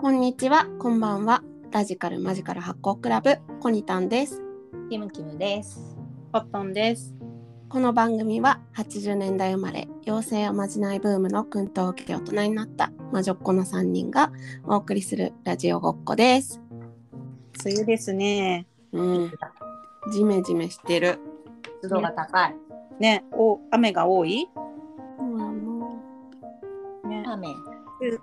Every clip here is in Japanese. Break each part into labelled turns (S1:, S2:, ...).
S1: こんにちは、こんばんは。ラジカルマジカル発行クラブコニタンです。
S2: キムキムです。
S3: コットンです。
S1: この番組は80年代生まれ、妖精おまじないブームの訓導を受け大人になった魔女っ子の3人がお送りするラジオごっこです。
S3: 梅雨ですね。
S1: うん、ジメジメしてる。
S2: 湿度が高い。
S3: ね、お雨が多い。ね、
S2: 雨。
S3: 梅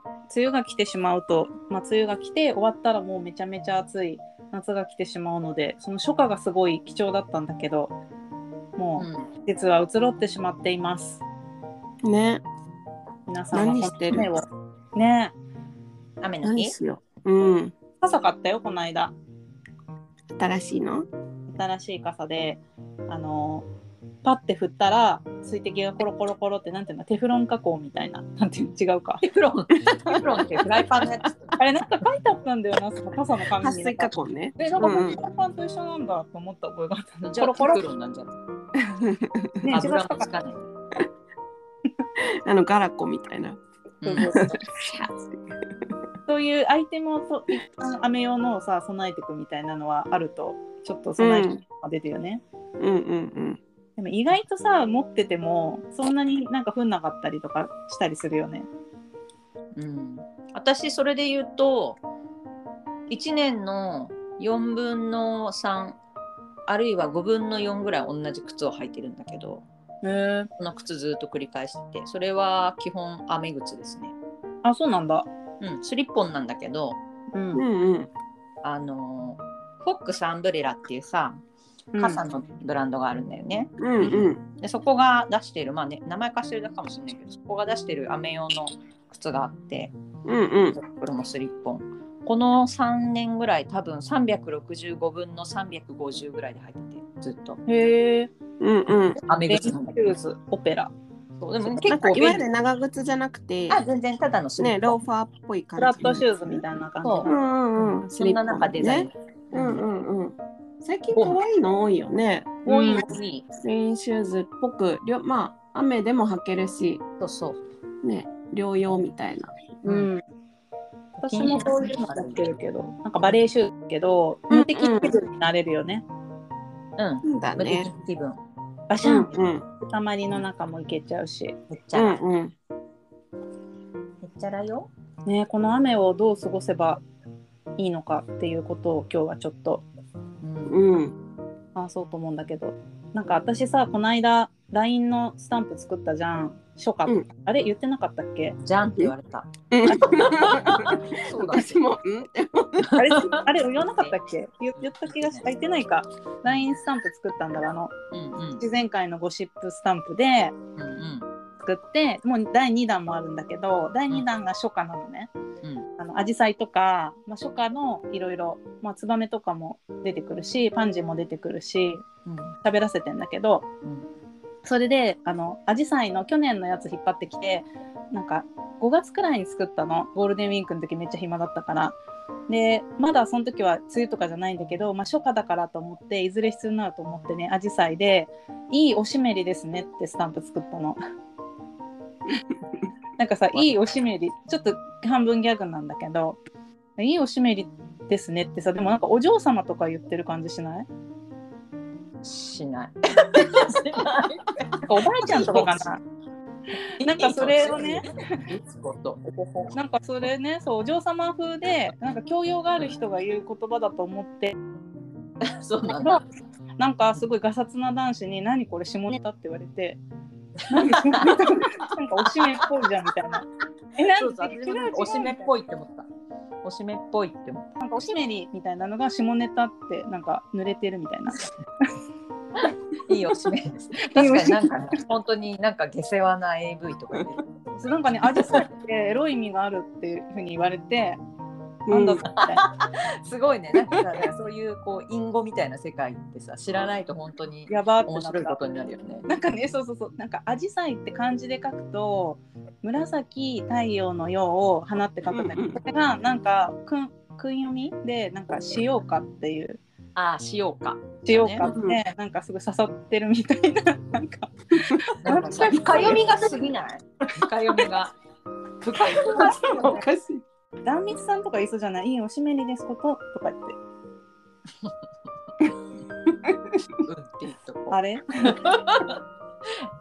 S3: 雨が来てしまうと、まあ梅雨が来て終わったらもうめちゃめちゃ暑い夏が来てしまうので、その初夏がすごい貴重だったんだけど、もう
S2: う
S3: 季節は移ろってしまっています。
S1: ね、
S3: 皆さんは
S1: 何して
S3: こ
S1: る
S3: の雨をね、
S2: ん。雨の
S1: 何
S2: 日。
S1: しよう。うん、
S3: 傘買ったよこの間。
S1: 新しいの
S3: 新しい傘で、あのパって振ったら水滴がコロコロコロってなんていうのテフロン加工みたいななんていうの違うか
S2: テフロン。 テフロンってフライパンのやつ。
S3: あれなんか書いてあったんだよな、その傘の紙に。
S1: 撥水加工ね。
S3: え、なんか
S1: うん
S3: フライパンと一緒なんだと思った覚えがあったの。
S2: じゃあ
S3: コロ
S2: テフ
S3: コロ。
S2: ロンなんじゃない。
S3: ね、違
S2: 油
S3: っ
S2: も
S3: たか
S2: つかない。
S1: あのガラコみたいな。
S2: う
S3: そうんそうそうそういうアイテムをと、あの雨用のをさ、備えていくみたいなのはあると、ちょっと備えてが出てよね。
S1: うんうん
S3: でも意外とさ、持ってても、そんなになんか降んなかったりとかしたりするよね。
S2: うん。私それで言うと。一年の四分の三。あるいは5分の4ぐらい同じ靴を履いてるんだけど
S3: へえ。
S2: この靴ずっと繰り返しててそれは基本雨靴ですね
S3: あ、そうなんだ。
S2: うんスリッポンなんだけど
S3: う。
S1: うん。うんんうん。
S2: あのフォックスアンブレラっていうさ傘のブランドがあるんだよね。
S1: うんうん。
S2: でそこが出している、まあね、名前貸してるだけかもしれないけど、そこが出してる雨用の靴があって、
S1: うんうん。
S2: これもスリッポン。この3年ぐらい、多分365分の350ぐらいで入ってて、ずっと。
S3: うん。へえ。
S1: うんうん。
S2: 雨
S3: レイン
S2: 靴
S3: シ
S2: なんだけ
S3: ュー
S2: ど。
S3: ズ、オペラ。
S2: そうでもね
S1: な
S2: 結
S1: んか
S2: 構
S1: いわ
S2: 便
S1: ゆ
S2: 利
S1: る長靴じゃなくて、
S2: あ、全然ただのスリ
S1: ね、
S2: ッポ
S1: ロー
S2: ン。
S1: ファーっぽい感
S3: フ
S1: じ。
S3: ラットシューズみたいな感じ
S2: そ
S1: うんうんうん。
S2: そんな中デザイン。
S1: スリッポンね。うんうんうん。最近可愛いの多いよね。
S2: 多い
S1: うん
S2: 多い。
S1: レインシューズっぽく、りょまあ雨でも履けるし、
S2: そうそう。
S1: ね、療養みたいな。
S3: う
S2: うん
S3: ん、私もそういうのやってるけど、なんかバレエシューズだけど、
S1: うんうん
S3: 無敵気分になれるよね。
S2: うん。
S1: うんだ
S2: 無敵
S1: ね。
S2: 気分。
S3: バシ
S1: う
S3: ャ
S1: ん
S3: ン、
S1: うん。
S3: たまりの中も行けちゃうし。
S2: めっち
S1: う
S2: ゃ
S1: ん
S2: ら。
S1: うん。
S2: めっちゃらよ。
S3: ね、この雨をどう過ごせばいいのかっていうことを今日はちょっと
S2: うん。
S1: うん。
S3: 話そうと思うんだけど、なんか私さ、この間、LINE のスタンプ作ったじゃん。初夏、
S1: うん
S3: あれ言ってなかったっけ
S2: じゃんって言われ た。そうだね
S1: 私も、うんって。
S3: あれ、あれ言わなかったっけ言言った気がし、あ言ってないか。LINE スタンプ作ったんだわ。あの、
S2: うんうん
S3: 前々回のゴシップスタンプで、
S2: うんうん
S3: 作ってもう第2弾もあるんだけど第2弾が初夏なのね、
S2: うん
S3: あのアジサイとか、まあ、初夏のいろいろまあツバメとかも出てくるしパンジーも出てくるし
S2: うん
S3: 喋らせてんだけど、
S2: うん
S3: それであのアジサイの去年のやつ引っ張ってきてなんか5月くらいに作ったのゴールデンウィークの時めっちゃ暇だったから。でまだその時は梅雨とかじゃないんだけど、まあ、初夏だからと思っていずれ必要になると思ってねアジサイで「いいおしめりですね」ってスタンプ作 ったの。なんかさ「いいおしめり」ちょっと半分ギャグなんだけど「いいおしめりですね」ってさでもなんかお嬢様とか言ってる感じしない
S2: しない。
S3: なんかおばあちゃんとかかななんかそれをね。
S2: こと。
S3: なんかそれねそうお嬢様風でなんか教養がある人が言う言葉だと思って
S2: そうなんだ。
S3: なんかすごいがさつな男子に「何これ下ネタ」って言われて「なんかなんかおしめっぽいじゃん」みたいな「えなん
S2: そうそう。
S3: 違う
S2: 私も
S3: 違う
S2: おしめっぽいって思った。おしめっぽいって思っ
S3: なんかおしめりみたいなのが下ネタってなんか濡れてるみたいな
S2: た。いいおしめです。確かになんかね、本当になんか下世話な AV とかね。
S3: そうなんかねアジサイってエロい意味があるっていうふうに言われて、
S1: うん
S3: なんだろうみたいな
S2: すごいね。なんかさそういうこう隠語みたいな世界ってさ、知らないと本当に
S3: やばって
S2: 面
S3: な
S2: 白い
S3: った
S2: ことになるよね。
S3: なんかねそうそうそうなんかアジサイって漢字で書くと紫太陽のようを花って書くんだけ
S1: うんう
S3: どこ
S1: ん
S3: れがなんかくん訓読みでなんかしようかっていう
S2: ああ、しようか。
S3: しようかって、
S1: うん
S3: なんかすごい刺さってるみたいな なんか
S2: なん かさ深読みが過ぎない。深読みが。深読みが過ぎ
S1: お
S2: ない。
S1: かしい。
S3: 壇蜜さんとかいそうじゃないいいおしめりですこととか言って
S2: うんって言っとこ
S3: あれ
S2: う。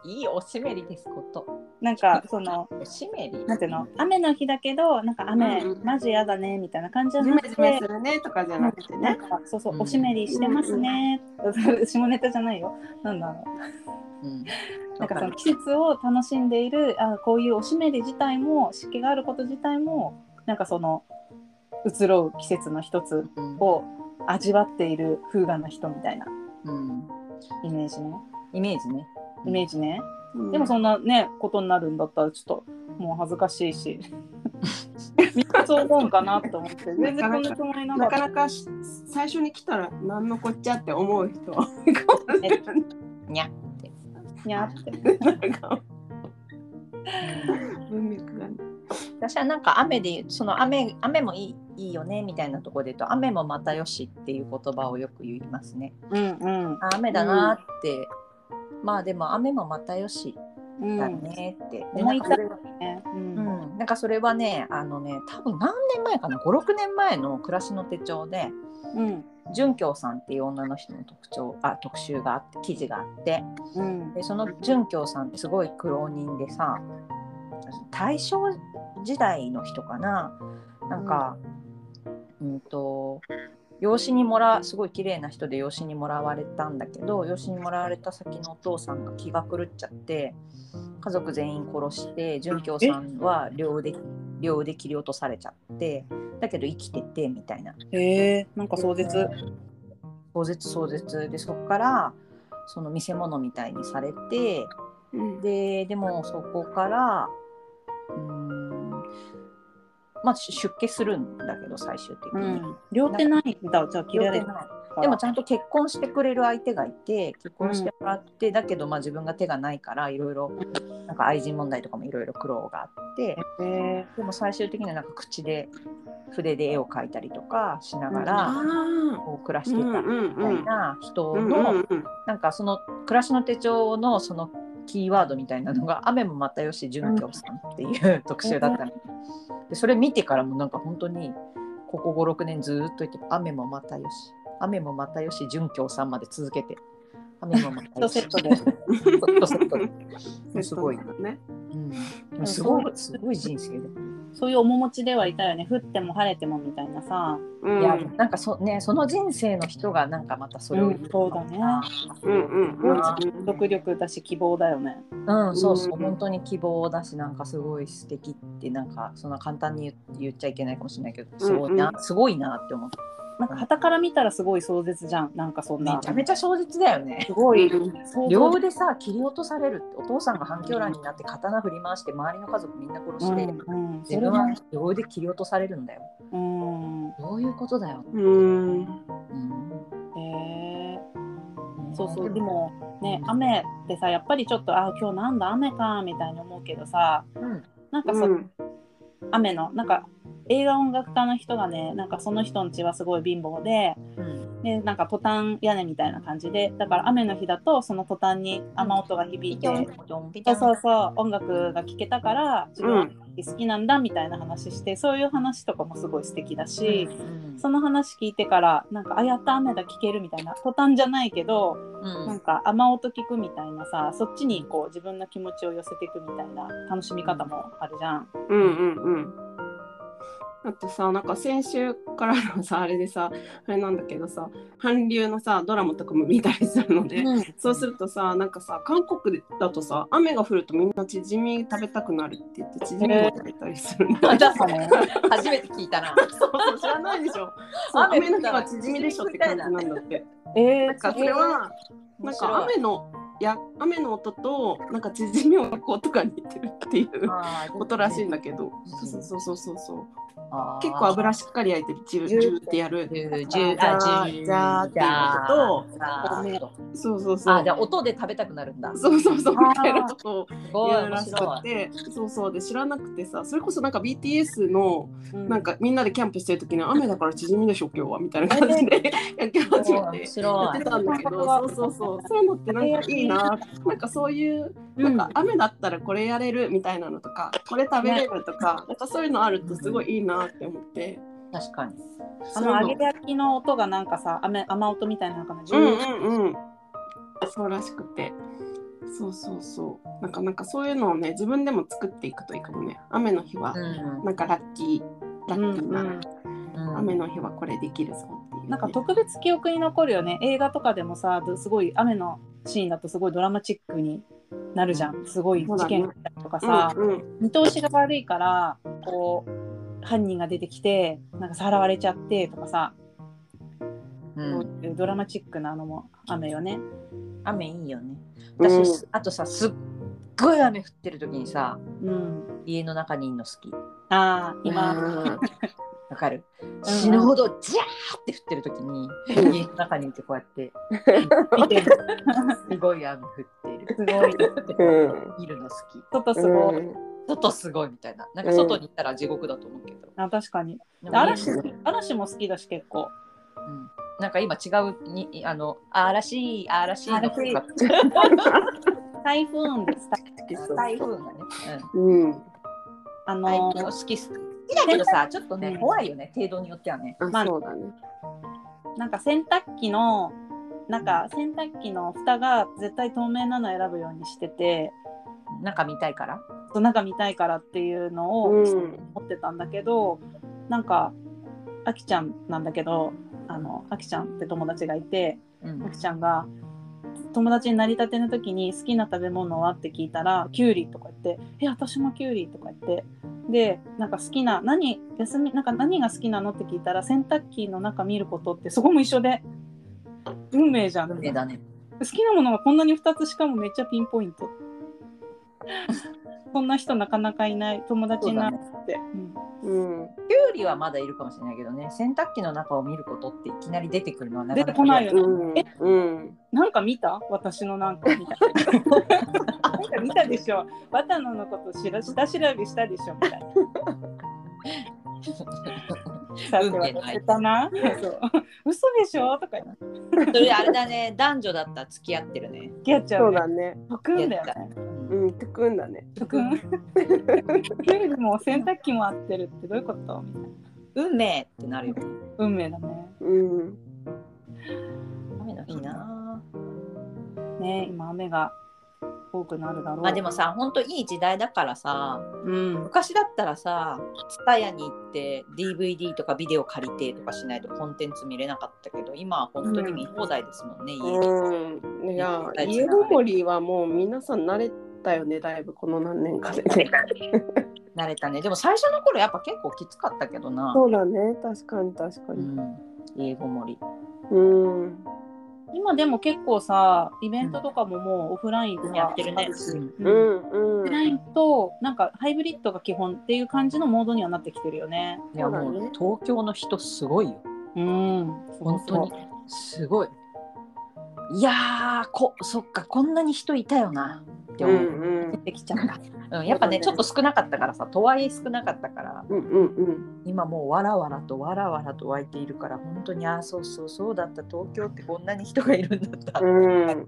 S2: いいおしめりですこと。
S3: なんかその
S2: おしめり。
S3: なんていうの雨の日だけどなんか雨、
S1: うんうん
S3: マジやだねみたいな感じじゃ
S1: ジ
S3: な
S1: メ
S3: く
S1: ジ
S3: て
S1: メするねとかじゃなくて
S3: なん
S1: ね。
S3: かそうそう、
S2: うん
S3: おしめりしてますね、 下ネタじゃないよなんだろう
S2: うん。
S3: なんか
S2: わ
S3: その
S2: る
S3: 季節を楽しんでいるあこういうおしめり自体も湿気があること自体もなんかその移ろう季節の一つ
S2: うん
S3: を味わっている風雅な人みたいな
S2: うん。
S3: イメージね
S2: イメージね。
S3: イメージね、
S1: うん
S3: でもそんなねことになるんだったらちょっともう恥ずかしいしみんなそう思うんかなと思って全然こんなつもりなか
S1: な
S3: っ
S1: か
S3: た
S1: なかし最初に来たら何のこっちゃって思う人。
S2: にゃ。
S3: にゃって
S1: なんか文脈がね。
S2: 私はなんか雨でその雨雨もいいいいよねみたいなところで言うと雨もまたよしっていう言葉をよく言いますね。
S3: うんうん
S2: あ雨だなって、まあでも雨もまたよし
S3: うん
S2: だねって、
S3: うん
S2: 思いたい、
S3: ねうん
S2: うん、なんかそれはねあのね多分何年前かな56年前の暮らしの手帳で
S3: うん
S2: 純京さんっていう女の人の特徴あ特集があって記事があって
S3: うん
S2: でその純京さんってすごい苦労人でさ大正時代の人かななんか、うん、と養子にもらすごい綺麗な人で養子にもらわれたんだけど養子にもらわれた先のお父さんが気が狂っちゃって家族全員殺して純京さんは両腕両腕切り落とされちゃってだけど生きててみたいな
S3: へえなんか壮絶
S2: 壮絶壮絶でそこからその見せ物みたいにされて
S1: うん
S2: ででもそこからうーんまあし出家するんだけど最終的
S3: う
S2: に。
S3: ん両手ないんだじゃあ切られ
S2: 両
S3: た
S2: 手ない
S3: から
S2: でもちゃんと結婚してくれる相手がいて結婚してもらって、だけどまあ自分が手がないからいろいろなんか愛人問題とかもいろいろ苦労があって
S3: へ
S2: でも最終的にはなんか口で筆で絵を描いたりとかしながら、
S1: あ
S2: こう暮ら
S1: ー
S2: し
S1: う
S2: て
S1: ん
S2: たみ
S1: うんう
S2: たい
S1: ん
S2: な人
S1: うん
S2: の
S1: うんうん
S2: なんかその暮らしの手帳のそのキーワードみたいなのが「雨もまたよし純京さん」っていう特集だったのでそれ見てからもなんか本当にここ56年ずーっと言って「雨もまたよし雨もまたよし純京さん」まで続けて「雨もまた よし」
S3: セットで
S2: セ ットセットで、
S1: セットなのね
S2: すごいうん、すごいすごい人生で、
S3: そういう面持ちではいたよね降っても晴れてもみたいなさ
S1: うん
S2: いやなんかそ,、ね、その人生の人がなんかまたそれを言
S3: うんそうだね
S1: うんうんうん
S3: 独力だし希望だよね
S2: うん、そうそう、
S1: うん
S2: 本当に希望だし、なんかすごい素敵って、なんか、そんな簡単に言言っちゃいけないかもしれないけど、すごいな、
S1: うんう
S2: すごいなって思って。
S3: なんか傍から見たらすごい壮絶じゃんなんかそん
S2: め
S3: な
S2: ちゃめちゃ壮絶だよね。
S3: すごい
S1: うん
S3: 想像
S2: 両腕さ、切り落とされるって、お父さんが反響欄になって刀振り回して、周りの家族みんな殺して、
S3: うんうん
S2: 自
S3: それ
S2: 分
S3: は
S2: は両腕切り落とされるんだよ。
S3: うんへ
S2: どういうことだよ。
S1: うん
S2: うん
S3: えそうそ
S2: ね
S3: うでもね
S2: うん
S3: 雨ってさやっぱりちょっとあ今日なんだ雨かみたいに思うけどさ
S2: うん、
S3: なんか
S1: う
S3: さ、
S1: ん
S3: 雨のなんか映画音楽家の人がねなんかその人の家はすごい貧乏で
S2: うん、
S3: でなんかトタン屋根みたいな感じでだから雨の日だとそのトタンに雨音が響い
S2: ピ
S3: て、
S2: ョンピョンピョ
S3: そう
S2: ン。
S3: そうそう音楽が聴けたから自分は好きなんだみたいな話して、そういう話とかもすごい素敵だし、
S2: うん
S3: その話聞いてからなんかあやった雨だ聴けるみたいなトタンじゃないけど、
S2: うん
S3: なんか雨音聞くみたいなさそっちにこう自分の気持ちを寄せていくみたいな楽しみ方もあるじゃん。
S1: うんうんうんだってさなんか先週からのさあれでさあれなんだけどさ韓流のさドラマとかも見たりするので、
S3: うん
S1: そうするとさなんかさ韓国だとさ雨が降るとみんなチヂミ食べたくなるって言ってチヂミも食べたりするんだ、
S3: だからね
S2: 初めて聞いたな。
S1: そうそう知らないでしょそう
S2: 雨
S1: 雨の日はチヂミでしょって感じなんだって
S3: え
S1: なんかそれはなんか雨のいや雨の音となんか縮みをこうとかに似てるっていうことらしいんだけど、そうそうそうそうそう結構油しっかり焼いてるジュージューってやる
S2: ジュージ
S1: ジュ
S2: ュ
S1: ー
S2: あジュー
S1: ジャーっていう
S2: ジャー
S1: と
S2: ジャー
S1: そうそうそう
S2: あじゃあ音で食べたくなるんだす
S1: そうそうそう
S3: あー
S1: みたいなことを
S2: ごい
S1: やるら
S2: 面
S1: し
S2: 白
S1: く
S2: い
S1: てそうそうで知らなくてさそれこそなんか BTS の
S3: うん
S1: なんかみんなでキャンプしてる時に雨だから縮みでしょ今日はみたいな感じでやき始めて
S2: 面
S1: やっ
S2: 白
S1: て
S2: い
S1: たんだけどそうそうそうそういうのってなんかいいななんかそういう
S3: う
S1: なん
S3: ん
S1: か雨だったらこれやれるみたいなのとかこれ食べれるとか、なんかそういうのあるとすごいいいななって思って。
S2: 確かに。
S3: あ
S1: そう
S3: の
S1: いう
S3: 揚げ焼きの音がなんかさ雨雨音みたいなのかな、
S1: うんうんうん。そうらしくて。そうそうそう。なんかなんかそういうのをね自分でも作っていくといいかもね。雨の日は
S2: うん
S1: なんかラッキーラ
S3: うん
S1: ッキーな、
S3: うん
S2: うん
S1: 雨の日はこれできるぞっていうね、
S3: なんか特別記憶に残るよね映画とかでもさすごい雨のシーンだとすごいドラマチックになるじゃんすごい事件があったりとかさ、
S1: うんうん
S3: 見通しが悪いからこう犯人が出てきてなんかさらわれちゃってとかさ、
S2: う
S3: そ
S2: ん
S3: ういうドラマチックなのも雨よね。
S2: 雨いいよね。
S1: うん
S2: 私、あとさ、すっごい雨降ってる時にさ、
S3: うん、
S2: 家の中にいるの好き。
S3: ああ今、
S1: うん
S2: わかる
S3: ん
S2: 死ぬほどジャーって降ってる時に、
S1: うん
S2: 家の中にいてこうやって、
S3: 見てる
S2: すごい雨降っている。
S3: す ごい
S1: うん
S2: いるの好き。
S3: 外すごい、
S1: うん
S2: 外すごいみたいな。なんか外に行ったら地獄だと思うけど。
S3: あ確かに
S2: でも
S3: 嵐
S2: 家の
S3: も嵐も好きだし結構
S2: うんなんか今違うにあの嵐嵐の
S3: 嵐
S2: か
S3: 台風です
S2: 台風がね、
S1: うん
S3: あ
S2: うん、台
S3: の
S2: 風好き好き好きだけどさちょっとね、
S3: うん
S2: 怖いよね程度によってはね。
S1: あ、
S3: まあ
S1: そうだね。
S3: なんか洗濯機のなんか洗濯機の蓋が絶対透明なの選ぶようにしてて
S2: なんか見たいから。
S3: そう中見たいからっていうのを
S1: うん
S3: 持ってたんだけど、なんかあきちゃんなんだけどあのあきちゃんって友達がいて
S2: うん
S3: あきちゃんが友達になりたての時に好きな食べ物はって聞いたらキュウリとか言って「え私もキュウリ」とか言ってでなんか好きな何休みなんか何が好きなのって聞いたら洗濯機の中見ることってそこも一緒で運命じゃん
S2: 運命だね。
S3: 好きなものがこんなに2つしかもめっちゃピンポイントそんな人なかなかいない友達になるって、うん
S1: うん。
S2: キュウリはまだいるかもしれないけどね、洗濯機の中を見ることっていきなり出てくるのはなか
S3: 出てこないよね
S1: うん。うん。
S3: なんか見た私のなんか見たなんか見たでしょバタノのこと知ら下調べしたでしょみたいなさて
S2: 運命の
S3: 忘れたなそう嘘でしょとか言って
S2: それあれだね、男女だったら付き合ってるね。
S3: 付き合っちゃ
S1: そうう
S3: ね
S1: だね。
S3: とくんだよね
S1: うん、てくんだね。
S3: とくんキュウリも洗濯機も合ってるってどういうことみたいな
S2: 運命ってなるよね。
S3: 運命だね
S1: うん。
S2: 雨の日なあ。
S3: ね今雨が多くなるだろう。
S2: まあでもさ、本当いい時代だからさ、
S3: うん、
S2: 昔だったらさ、ツタヤに行って DVD とかビデオ借りてとかしないとコンテンツ見れなかったけど、今は本当に見放題ですもんね、家で。
S1: うん。いや、
S2: 大事
S1: 家
S2: な
S1: ごもりはもう皆さん慣れたよね、だいぶこの何年かでね。
S2: 慣れたね。でも最初の頃やっぱ結構きつかったけどな。
S1: そうだね、確かに確か
S2: う
S1: に。
S2: ん、家ごもり。
S1: うん。
S3: 今でも結構さイベントとかももうオフラインとか
S2: やってる
S3: あ
S2: ね。
S3: し
S2: うん
S3: う
S1: う
S3: ん
S1: ん。
S3: オ
S1: う
S3: フライ
S1: ん。
S3: ンとなんかハイブリッドが基本っていう感じのモードにはなってきてるよね。
S2: いや
S1: そうだ
S2: も
S1: ね
S2: う東京の人すごいよ。
S3: うん、
S2: 本当にすごい。いやーこそっかこんなに人いたよなって
S1: う
S2: 思う。
S1: ん。
S3: できちゃった。
S2: うんやっぱねち
S1: そ
S2: ょっ
S1: う
S2: と
S1: だね
S2: 少なかったからさとはいえ少なかったから
S1: うんうんうん。
S2: 今もうわらわらとわらわらと湧いているから本当にああそうそうそうだった東京ってこんなに人がいるんだった。
S1: うん。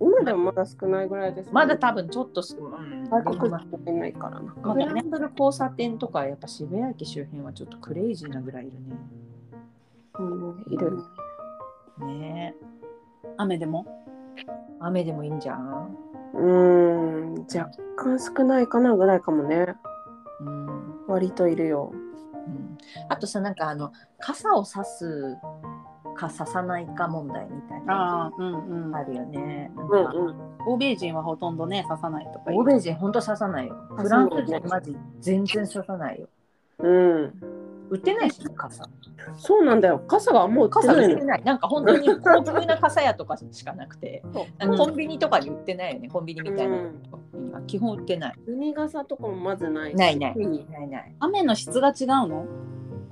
S1: 今でもまだ少ないぐらいですね。
S2: まだ多分ちょっとす、うん、
S1: 外国人いないからな。
S3: ま
S2: グ
S3: だ
S2: ラ
S3: ね
S2: ンドル交差点とかやっぱ渋谷駅周辺はちょっとクレイジーなぐらいいる
S1: うん、いる
S2: ね。
S1: ね。
S2: ねえ
S3: 雨でも。
S2: 雨でもいいんじゃん。
S1: うん、若干少ないかなぐらいかもね。
S2: うん
S1: 割といるよ。
S2: うんあとさなんかあの傘を差すか差さないか問題みたいな
S3: ああ、うんうん。
S2: のあるよね。なん
S1: うん
S2: か
S1: うん。
S3: 欧米人はほとんどね刺さないとか言
S2: 欧
S3: う。
S2: 米人ほんと刺さないよ。
S1: あ
S2: フランス
S1: そうだ
S2: 人
S1: ね
S2: マジ全然刺さないよ。
S1: うん。
S2: 売ってないし傘。
S1: そうなんだよ。傘がもう売って
S2: 傘
S1: な
S2: 売
S1: い
S2: って
S1: の。
S2: ない。なんか本当に高級な傘屋とかしかなくて、なんかコンビニとかに売ってないよね。コンビニみたいな
S1: う
S2: の
S1: ん
S2: には基本売ってない。
S1: 海傘とかもまずないし。
S2: ないない。
S1: 海
S2: ないない。
S3: 雨の質が違うの？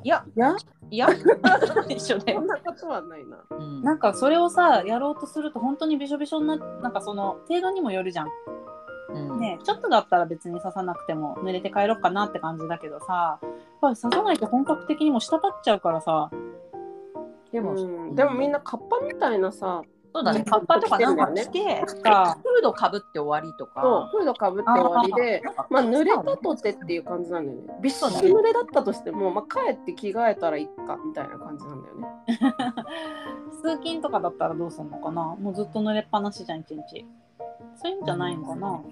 S2: いや
S1: いや、
S2: いや一緒だ
S1: そ
S2: よ
S1: ん。なことはないな。
S2: うん
S3: なんかそれをさやろうとすると本当にびしょびしょにななんかその程度にもよるじゃん。
S2: うん
S3: ね、ちょっとだったら別に刺さなくても濡れて帰ろうかなって感じだけどさやっぱり刺さないと本格的にもう滴っちゃうからさ
S2: でも、
S1: うんでもみんなカッパみたいなさ、
S2: そうだね、カッパとかなんか着て、フードかぶって終わりと
S1: そう
S2: か、
S1: フードかぶって終わりでまあ濡れたとてっていう感じなんだよねびっしり濡れだったとしても、まあ、帰って着替えたらいいかみたいな感じなんだよね
S3: 通勤とかだったらどうするのかなもうずっと濡れっぱなしじゃん一日そういうんじゃないのかな、
S1: うん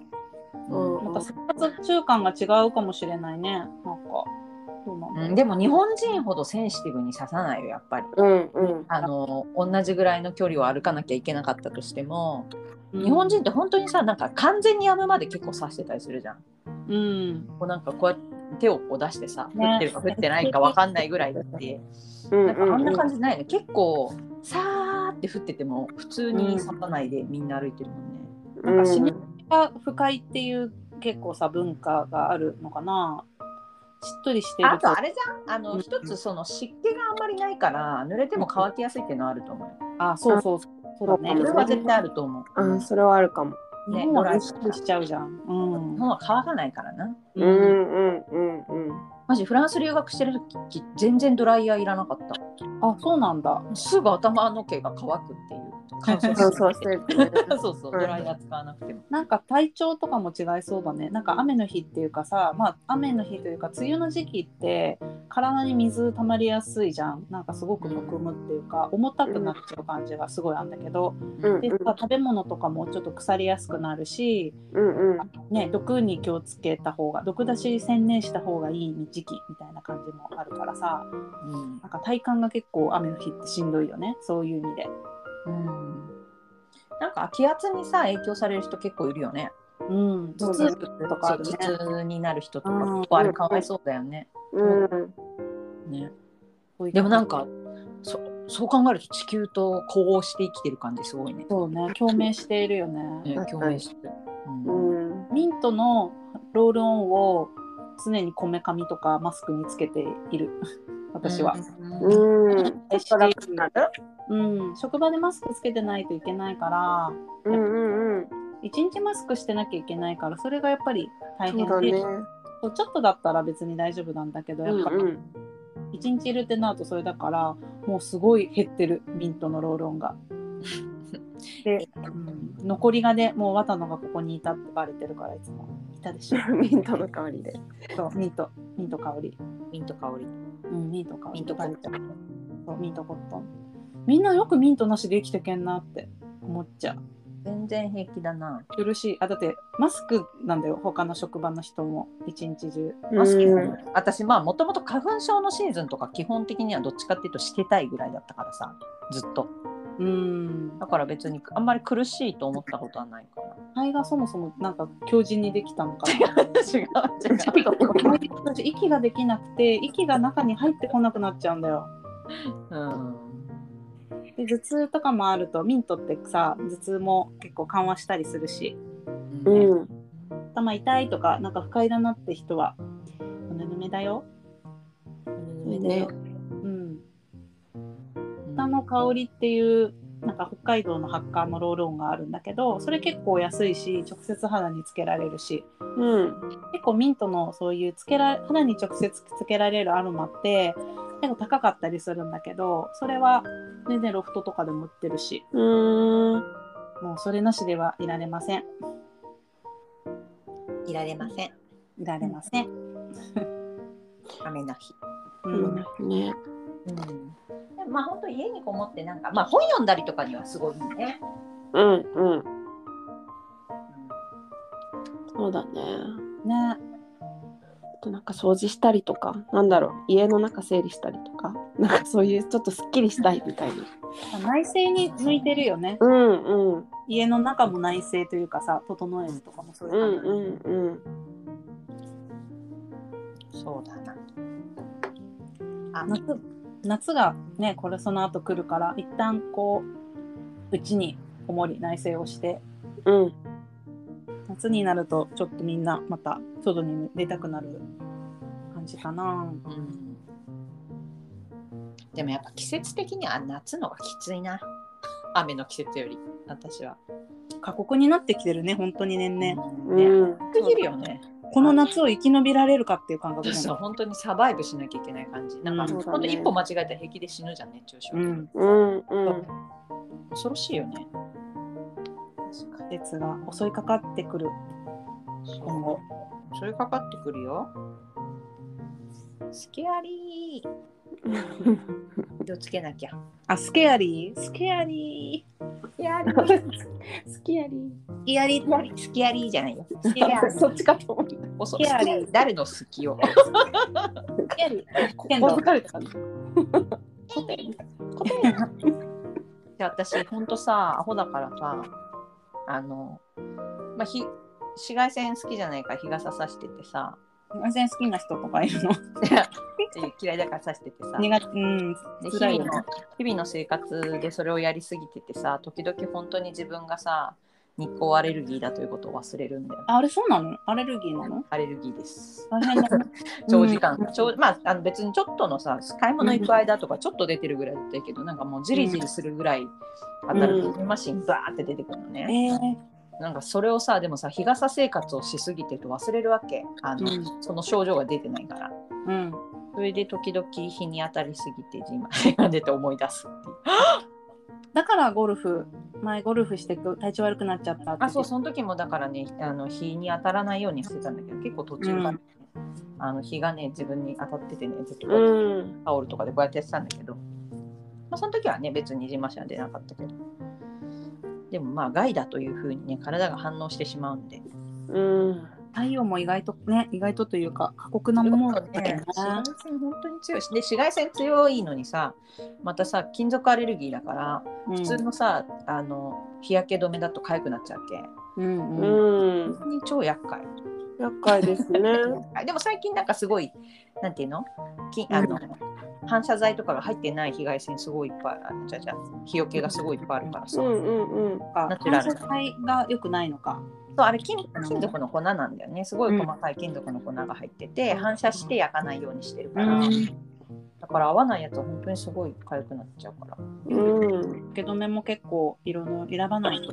S3: また生活習慣が違うかもしれないねなんかどうなんだろ
S2: う、
S3: うん
S2: でも日本人ほどセンシティブに刺さないよやっぱり
S1: うんうん
S2: あの同じぐらいの距離を歩かなきゃいけなかったとしても、日本人って本当にさなんか完全にやむまで結構刺してたりするじゃん
S3: うん
S2: こうなんかこうやって手をこう出してさ
S3: ね
S2: 降ってるか降ってないかわかんないぐらいだって
S1: うん
S2: なんかあんな感
S1: じ
S2: じないね結構さーって降ってても普通に刺さないでみんな歩いてるもんね。
S1: なんか
S3: 染みが不快っていう結構さ文化があるのかなしっとりして
S2: あ
S3: る
S2: と
S3: と
S2: あれじゃんあ
S3: う
S2: の
S3: ん
S2: 一つその湿気があんまりないから濡れても乾きやすいっていうのはあると思うよ。
S3: あそうそうそうそうだね
S2: それは絶対あると思う。
S1: あそれはあるかも
S2: ね
S3: 日本はしっとりしちゃうじゃんうん
S2: 日本は乾かないからな。
S1: うんうんうんうん
S2: マジフランス留学してる時全然ドライヤーいらなかった。
S3: あそうなんだ
S2: すぐ頭の毛が乾くっていう乾燥
S1: そうそう
S2: し
S1: してて
S2: る。
S1: るね
S2: そうそうドライヤー使わなくても。
S3: なんか体調とかも違いそうだね。なんか雨の日っていうかさ、まあ雨の日というか梅雨の時期って体に水溜まりやすいじゃん。なんかすごくむくむっていうか、重たくなっちゃう感じがすごいあるんだけど、
S1: うん
S3: でさ食べ物とかもちょっと腐りやすくなるし、
S1: うんうん
S3: ね毒に気をつけた方が毒出しに専念した方がいい時期みたいな感じもあるからさ、
S2: うん
S3: なんか体感が結構雨の日ってしんどいよね。そういう意味で。
S2: うんなんか気圧にさ影響される人結構いるよね。
S3: うん、頭痛とかあ
S2: そう頭
S3: るね。
S2: 痛になる人とか
S3: うん
S2: 結構あれかわいそうだよね。
S1: うん
S2: ね
S3: そういう
S2: でもなんかそそう考えると地球と呼応して生きてる感じすごいね。
S3: そうね共鳴しているよね。
S2: ね
S1: うん
S2: 共鳴してる。
S1: う
S2: うん
S1: ん
S3: ミントのロールオンを常にこめかみとかマスクにつけている 私は、
S2: うん
S1: うん
S3: 接
S1: ち
S3: し
S1: ょっと
S3: てい
S1: 楽になる
S3: うん職場でマスクつけてないといけないから
S1: うんうんうん
S3: 一日マスクしてなきゃいけないからそれがやっぱり大
S1: そう
S3: 変
S1: だ
S3: で
S1: ね
S3: そうちょっとだったら別に大丈夫なんだけど
S1: う
S3: やっ
S1: ん
S3: ぱ
S1: うん
S3: 一日いるってなるとそれだからもうすごい減ってるミントのロールオン が。で、うん残りがねもう綿野がここにいたってバレてるからいつもいたで しょ
S1: ミントの香りで
S3: そうミントミント香り。
S2: ミント香り。
S3: うん、ミントか。
S2: ミントコットン
S3: そうミントコットン。みんなよくミントなしで生きてけんなって思っちゃう。
S2: 全然平気だな。
S3: 苦しい。あ、だってマスクなんだよ。他の職場の人も一日中。
S2: マスク
S1: う
S2: も
S1: ん
S2: 私まあもともと花粉症のシーズンとか基本的にはどっちかっていうとしてたいぐらいだったからさずっと
S3: うん。
S2: だから別にあんまり苦しいと思ったことはないかな。
S3: 肺がそもそもなんか強靭にできたの か
S2: 違う違う。
S3: な。息ができなくて息が中に入ってこなくなっちゃうんだよ。
S2: うん
S3: で頭痛とかもあるとミントってさ頭痛も結構緩和したりするし
S1: うん
S3: 頭痛いとかなんか不快だなって人はおぬぬめだよ。
S1: いいね
S3: うん。豚の香りっていうなんか北海道のハッカーのロールオンがあるんだけどそれ結構安いし直接肌につけられるし
S1: うん
S3: 結構ミントのそういうつけら肌に直接つけられるアロマって結構高かったりするんだけどそれは全然ロフトとかでも売ってるし
S1: うん
S3: もうそれなしではいられません
S2: いられません。
S3: いられません、うん
S2: 雨の日。
S3: うん
S1: ね
S2: うん、まあ本当家にこもってなんかまあ本読んだりとかにはすごいいいね。
S1: うんうんそうだね
S3: ね
S1: あとなんか掃除したりとかなんだろう家の中整理したりとか なんかそういうちょっとすっきりしたいみたいな
S3: 内政に向いてるよね
S1: うんうん
S3: 家の中も内政というかさ整えるとかもそういう
S1: う
S3: 感じ
S1: んうんうん
S2: そうだな。あ
S3: 夏夏がねこれその後来るから一旦こううちにこもり内省をして
S1: うん
S3: 夏になるとちょっとみんなまた外に出たくなる感じかな
S2: うん。でもやっぱ季節的には夏のがきついな。雨の季節より私は。
S3: 過酷になってきてるね本当に年々、
S1: う
S2: ね。
S1: ん
S2: すぎるよね。
S3: この夏を生き延びられるかっていう感覚
S2: そう本当にサバイブしなきゃいけない感じ。なんか、
S3: うん
S2: 本当一歩間違えたら平気で死ぬじゃん熱中症。
S3: うん
S1: うんうん
S2: 恐ろしいよね。
S3: 季節が襲いかかってくる今後
S2: そう襲いかかってくるよ。スケアリー気をつけなきゃ。
S3: あ、スケアリー、スケアリー。スケアリー。スケアリー。
S2: スケアリー、スケアリーじゃないよ。ス ケアリー。。
S3: そっちかと思った
S2: スケアリー、誰の好きを。
S3: スケアリー。ここ疲れた。
S2: 答え。答え。私、本当さ、アホだからさ。あの。まあ、ひ。紫外線好きじゃないから、日傘さしてて さ。
S3: 紫外線好きな人とかいるの
S2: 嫌いだからさしててさ
S3: 苦手、うん、
S2: 日々の日々の生活でそれをやりすぎててさ時々本当に自分がさ日光アレルギーだということを忘れるんだよ、ね、
S3: あれそうなのアレルギーなの
S2: アレルギーです
S3: 大変だ
S2: 長時間、うん、長まああの別にちょっとのさ買い物行く間とかちょっと出てるぐらいだったけど、うん、なんかもうじりじりするぐらい当たると、うん、マシンバーって出てくるのね、
S3: えー
S2: なんかそれをさでもさ日傘生活をしすぎてると忘れるわけあの、うん、その症状が出てないから、
S3: うん、
S2: それで時々日に当たりすぎて自慢が出て思い出すっていう
S3: だからゴルフ前ゴルフしてく体調悪くなっちゃった
S2: あそうその時もだからねあの日に当たらないようにしてたんだけど結構途中が、ねうん、あの日がね自分に当たっててねずっとタオルとかでこうやってやってたんだけど、まあ、その時はね別に自慢しは出なかったけど。でもまあ害だというふうにね体が反応してしまうんで。
S3: うん太陽も意外とね意外とというか過酷なものだね。
S2: 紫外線本当に強いしで紫外線強いのにさまたさ金属アレルギーだから、うん、普通のさあの日焼け止めだと痒くなっちゃう
S3: け。うんうん。
S2: 本当に超厄介。
S1: 厄介ですね。
S2: でも最近なんかすごいなんていうのきあの、うん、反射材とかが入ってない紫外線すごいいっぱいあるじゃじゃ日よけがすごいいっぱいあるからさ、
S1: うんうんうん、
S3: 反射材が良くないのか
S2: そうあれ金金属の粉なんだよねすごい細かい金属の粉が入ってて、うん、反射して焼かないようにしてるから、うん、だから合わないやつは本当にすごい痒くなっちゃうから
S3: うん受け止めも結構色の選ばないと。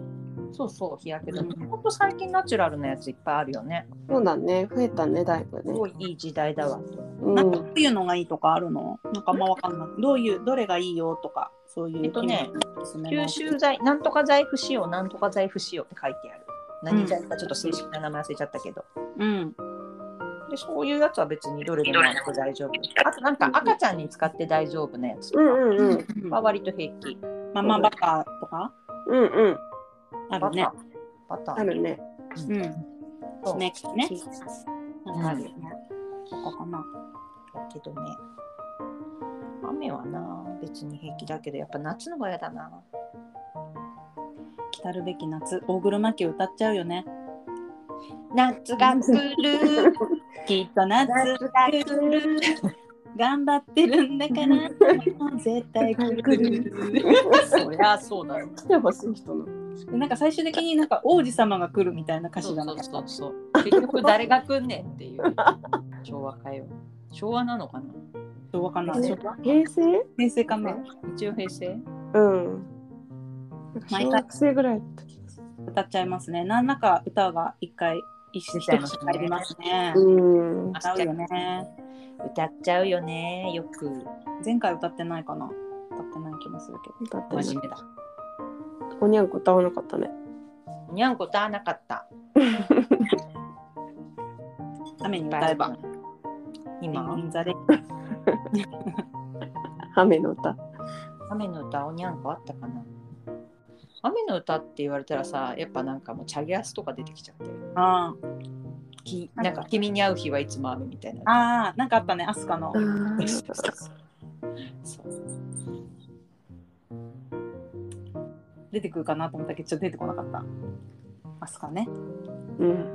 S2: そうそう日焼け止め。本当最近ナチュラルなやついっぱいあるよね。
S1: そうだね増えたねだいぶね。
S2: すごいいい時代だわ。
S3: うん、なんかどういうのがいいとかあるの？なんかあんまわかんない。どういうどれがいいよとかそういう。
S2: えっとね吸収剤なんとか剤不使用なんとか剤不使用って書いてある。何剤かちょっと正式な名前忘れちゃったけど。
S3: うん。
S2: でそういうやつは別にどれでもなく大丈夫。あとなんか赤ちゃんに使って大丈夫なやつとかは割と平気。
S3: ママバカとか？
S1: うんうん。
S3: あるね。
S2: バター。
S1: あるね。
S3: うん。そうね。ね。
S2: あるよね。
S3: ここかな。
S2: けどね。雨はな、別に平気だけど、やっぱ夏のが嫌だな。
S3: 来るべき夏、大黒摩季歌っちゃうよね。
S2: 夏が来る。
S3: きっと夏が来る。頑張ってるんだから、絶対来る。
S2: そりゃそうだよ。
S1: 来てほしい人の。
S3: なんか最終的になんか王子様が来るみたいな歌詞が
S2: そうそうそう結局誰が来んねんって いう昭和かよ昭和なのかな
S3: 昭和かな
S1: 平成
S3: 平成かな
S2: 一応平成
S1: うん毎回学生ぐらい
S3: 歌っちゃいますね何らか歌が一回一緒に入りますね
S1: うん
S3: 歌うよね
S2: 歌っちゃうよねよく
S3: 前回歌ってないかな歌ってない気もするけど
S2: 歌って真面目だ
S1: おにゃんこ歌わなかったね。
S2: おにゃんこ歌わなかった。
S3: 雨に歌えば。
S2: 今。
S1: 雨の歌。
S2: 雨の歌、おにゃんこあったかな。雨の歌って言われたらさ、やっぱなんかもうチャゲアスとか出てきちゃって。
S3: ああ。
S2: き、なんか君に会う日はいつも雨みたいな。
S3: ああ、なんかあったね、アスカの。出てくるかなと思ったけどちょっと出てこなかったアスカね
S1: うん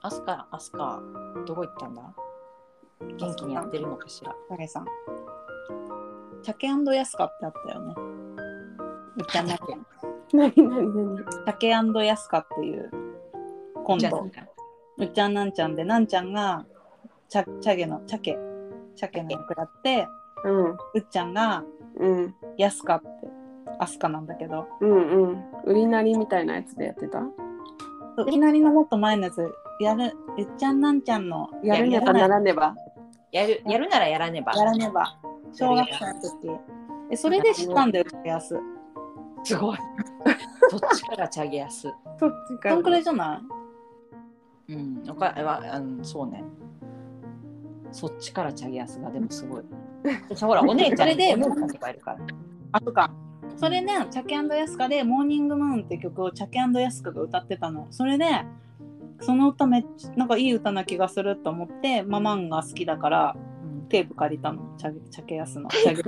S2: アスカアスカどこ行ったんだ元気にやってるのかしら
S3: 影さんチャケヤスカってあったよね行ったんだけ
S1: 何何何
S3: チャケヤスカっていうコントうっちゃんなんちゃんでなんちゃんがチャチャゲのチャケチャケの役やって、
S1: うん、う
S3: っちゃんが、
S1: うん、
S3: やすかってアスカなんだけど
S1: うんうん売りなりみたいなやつでやってた
S3: 売りなりのもっと前のやつやるゆっちゃんなんちゃんの
S1: やるやかならねば
S2: やるやるならやらねば
S3: やらねば小学生の時えそれで知ったんだよやす
S2: すごい。そっちからチャゲやす。
S4: そっちか
S3: そんくら
S4: ら
S3: いじゃない
S2: うん、おかは、あの、そうね。そっちからチャゲやすが、でもすごい。ほら、お姉ちゃん。
S3: それで
S2: お姉ちゃんとかいるから。
S3: あとかそれねチャケヤスカで「モーニングムーン」って曲をチャケヤスカが歌ってたのそれでその歌めっちゃなんかいい歌な気がすると思ってママンが好きだから
S2: うん
S3: テープ借りたのチャゲチャケヤスのチャゲ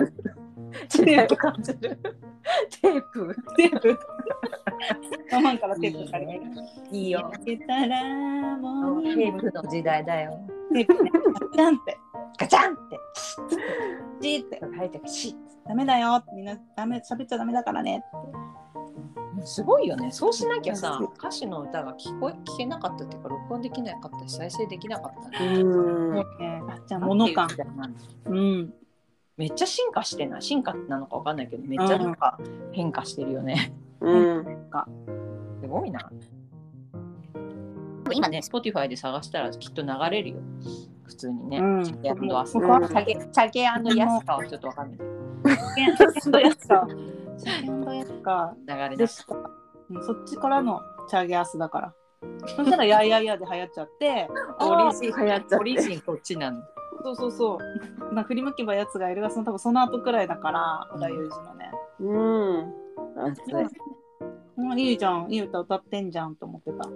S2: テープ感じる。テープ。
S3: テープママンからテープ借りて
S2: いいよ。
S3: 「いけたら
S2: テ
S3: モーニング
S2: ープの時代だよ。
S3: テープねガチャンって
S2: ガチャンって。
S3: ジーって
S2: 入ってし。
S3: ダメだよみんなダメ喋っちゃダメだからね
S2: すごいよね。そうしなきゃさ、歌詞の歌が聞こえ聞けなかったっていうか、録音できなかったし、再生できなかったね。
S1: うん。
S3: ねあじゃあ物感うん
S2: めっちゃ進化してない進化なのかわかんないけどめっちゃなんか変化してるよね、
S1: うん。
S2: すごいな今ね Spotify で探したらきっと流れるよ普通にね、
S3: うん
S2: チャケアス
S3: そ
S1: こ
S2: カ
S1: は
S2: チャケチャケアスカはちょっとわかんない
S3: チャケヤスカチャケヤスカ
S2: 流れ
S3: で
S2: だ
S3: した。うんそっちからのチャゲアス だから。そしたら、やいやいやで流行っちゃって、
S2: オリジン
S1: 流行っちゃっ
S2: オリジンこっちなの
S3: そうそうそう。なんか振り向けばやつがいるが、その多分その後くらいだから、小田裕二のね。
S1: うん。熱い。
S3: もういいじゃん、いい歌歌ってんじゃんと思ってた。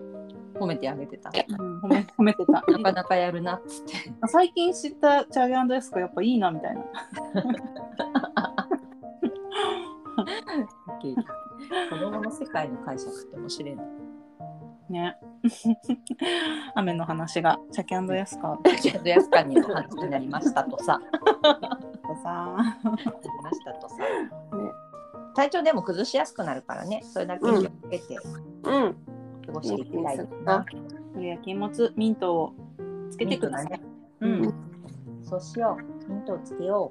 S2: 褒めてあげてた
S3: 褒め 褒めてた。
S2: なかなかやるなっつって
S3: 最近知ったチャゲアスカやっぱいいなみたいな。
S2: 子供の世界の解釈って面白いな
S3: ね。 雨の話が、チャゲアスカと
S2: チャケアスカにの話になりましたと さ
S3: さ。
S2: なりましたとさ、体調でも崩しやすくなるからねそれだけ気をつけて
S1: うん。
S2: 過ごしていきたいな、
S3: 鶏焼きもつ、ミントをつけてください。
S2: う
S3: うん
S2: ん、そうしようヒントをつけよ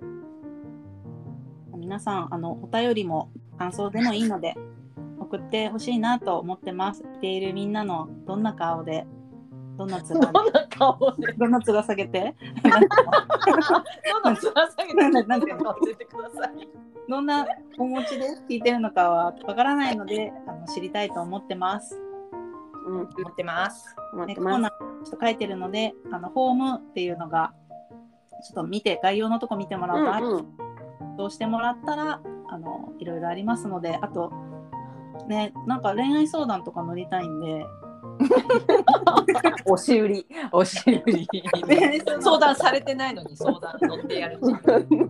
S2: う
S3: 皆さんあのお便りも感想でもいいので送ってほしいなと思ってます。見ているみんなのどんな顔でどんなつ
S2: な
S3: が
S2: 顔で
S3: どんなつが下げて
S2: ど んなつらさげ
S3: なんでなんで
S2: 教えてください
S3: どんなお持ちで聞いてるのかはわからないのであの知りたいと思ってます。
S1: うん。
S2: 持ってます
S1: 待
S3: ね
S1: って
S3: コー
S1: ま
S3: ナ
S1: す。
S3: ーちょっと書いてるのであのホームっていうのがちょっと見て概要のとこ見てもらうと、あ
S1: うんうん。
S3: どうしてもらったらあのいろいろありますのであとねなんか恋愛相談とか乗りたいんで。
S2: 押し売り押し売 り
S3: 恋愛
S2: 相談されてないのに相談乗ってやる じゃん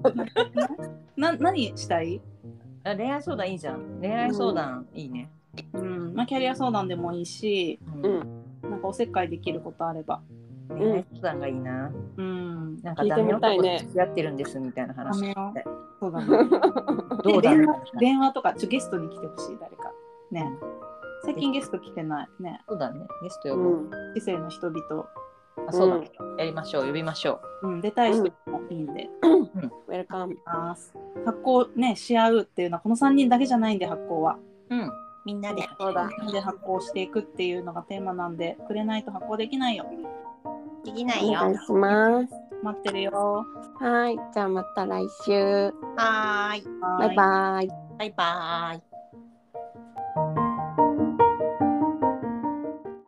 S3: な何したい、
S2: あ恋愛相談いいじゃん恋愛相談いいね
S3: うんまあ、キャリア相談でもいいし
S2: うん
S3: なんかおせっかいできることあれば、
S2: 恋愛相談がいいな
S3: うん、
S2: なんか
S1: 聞い
S2: ダ
S1: て
S2: メ
S1: みたい
S2: 男
S1: ね
S2: と付き合ってるんですみたいな
S3: ダ
S2: 話
S3: メよ
S2: ね
S3: そうだね
S2: どうだ
S3: 電
S2: ろう
S3: 話電話とかちょゲストに来てほしい誰かね最近ゲスト来てないね
S2: そうだねゲスト
S1: う
S2: 呼ぼう、
S1: ん。
S3: 知性の人々、
S2: あそうだ、やりましょう呼びましょ
S3: うん、出たい人もいいんで、
S1: ウェルカム。
S3: ます発行ねし合うっていうのはこの3人だけじゃないんで発行は
S2: ううんみんなで
S1: そうだ。
S3: で発行していくっていうのがテーマなんでくれないと発行できないよ
S2: できな
S1: お願いします。
S3: 待ってるよ
S1: はい。じゃあまた来週。
S2: はーい
S1: バイバイ。
S2: バイバーイ